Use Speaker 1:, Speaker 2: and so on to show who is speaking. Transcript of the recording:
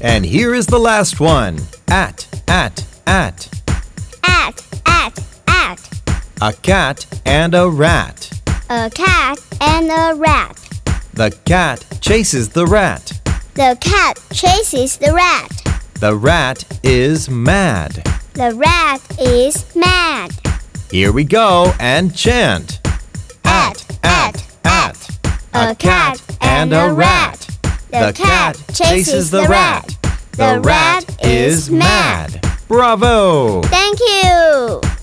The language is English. Speaker 1: And here is the last one at, at, at.
Speaker 2: At, at, at.
Speaker 1: A cat and a rat.
Speaker 2: A cat and a rat.
Speaker 1: The cat chases the rat.
Speaker 2: The cat chases the rat.
Speaker 1: The rat is mad.
Speaker 2: The rat is mad.
Speaker 1: Here we go and chant.
Speaker 2: At, at, at. A cat and a rat.
Speaker 1: The cat chases the rat. The rat is mad. Bravo!
Speaker 2: Thank you.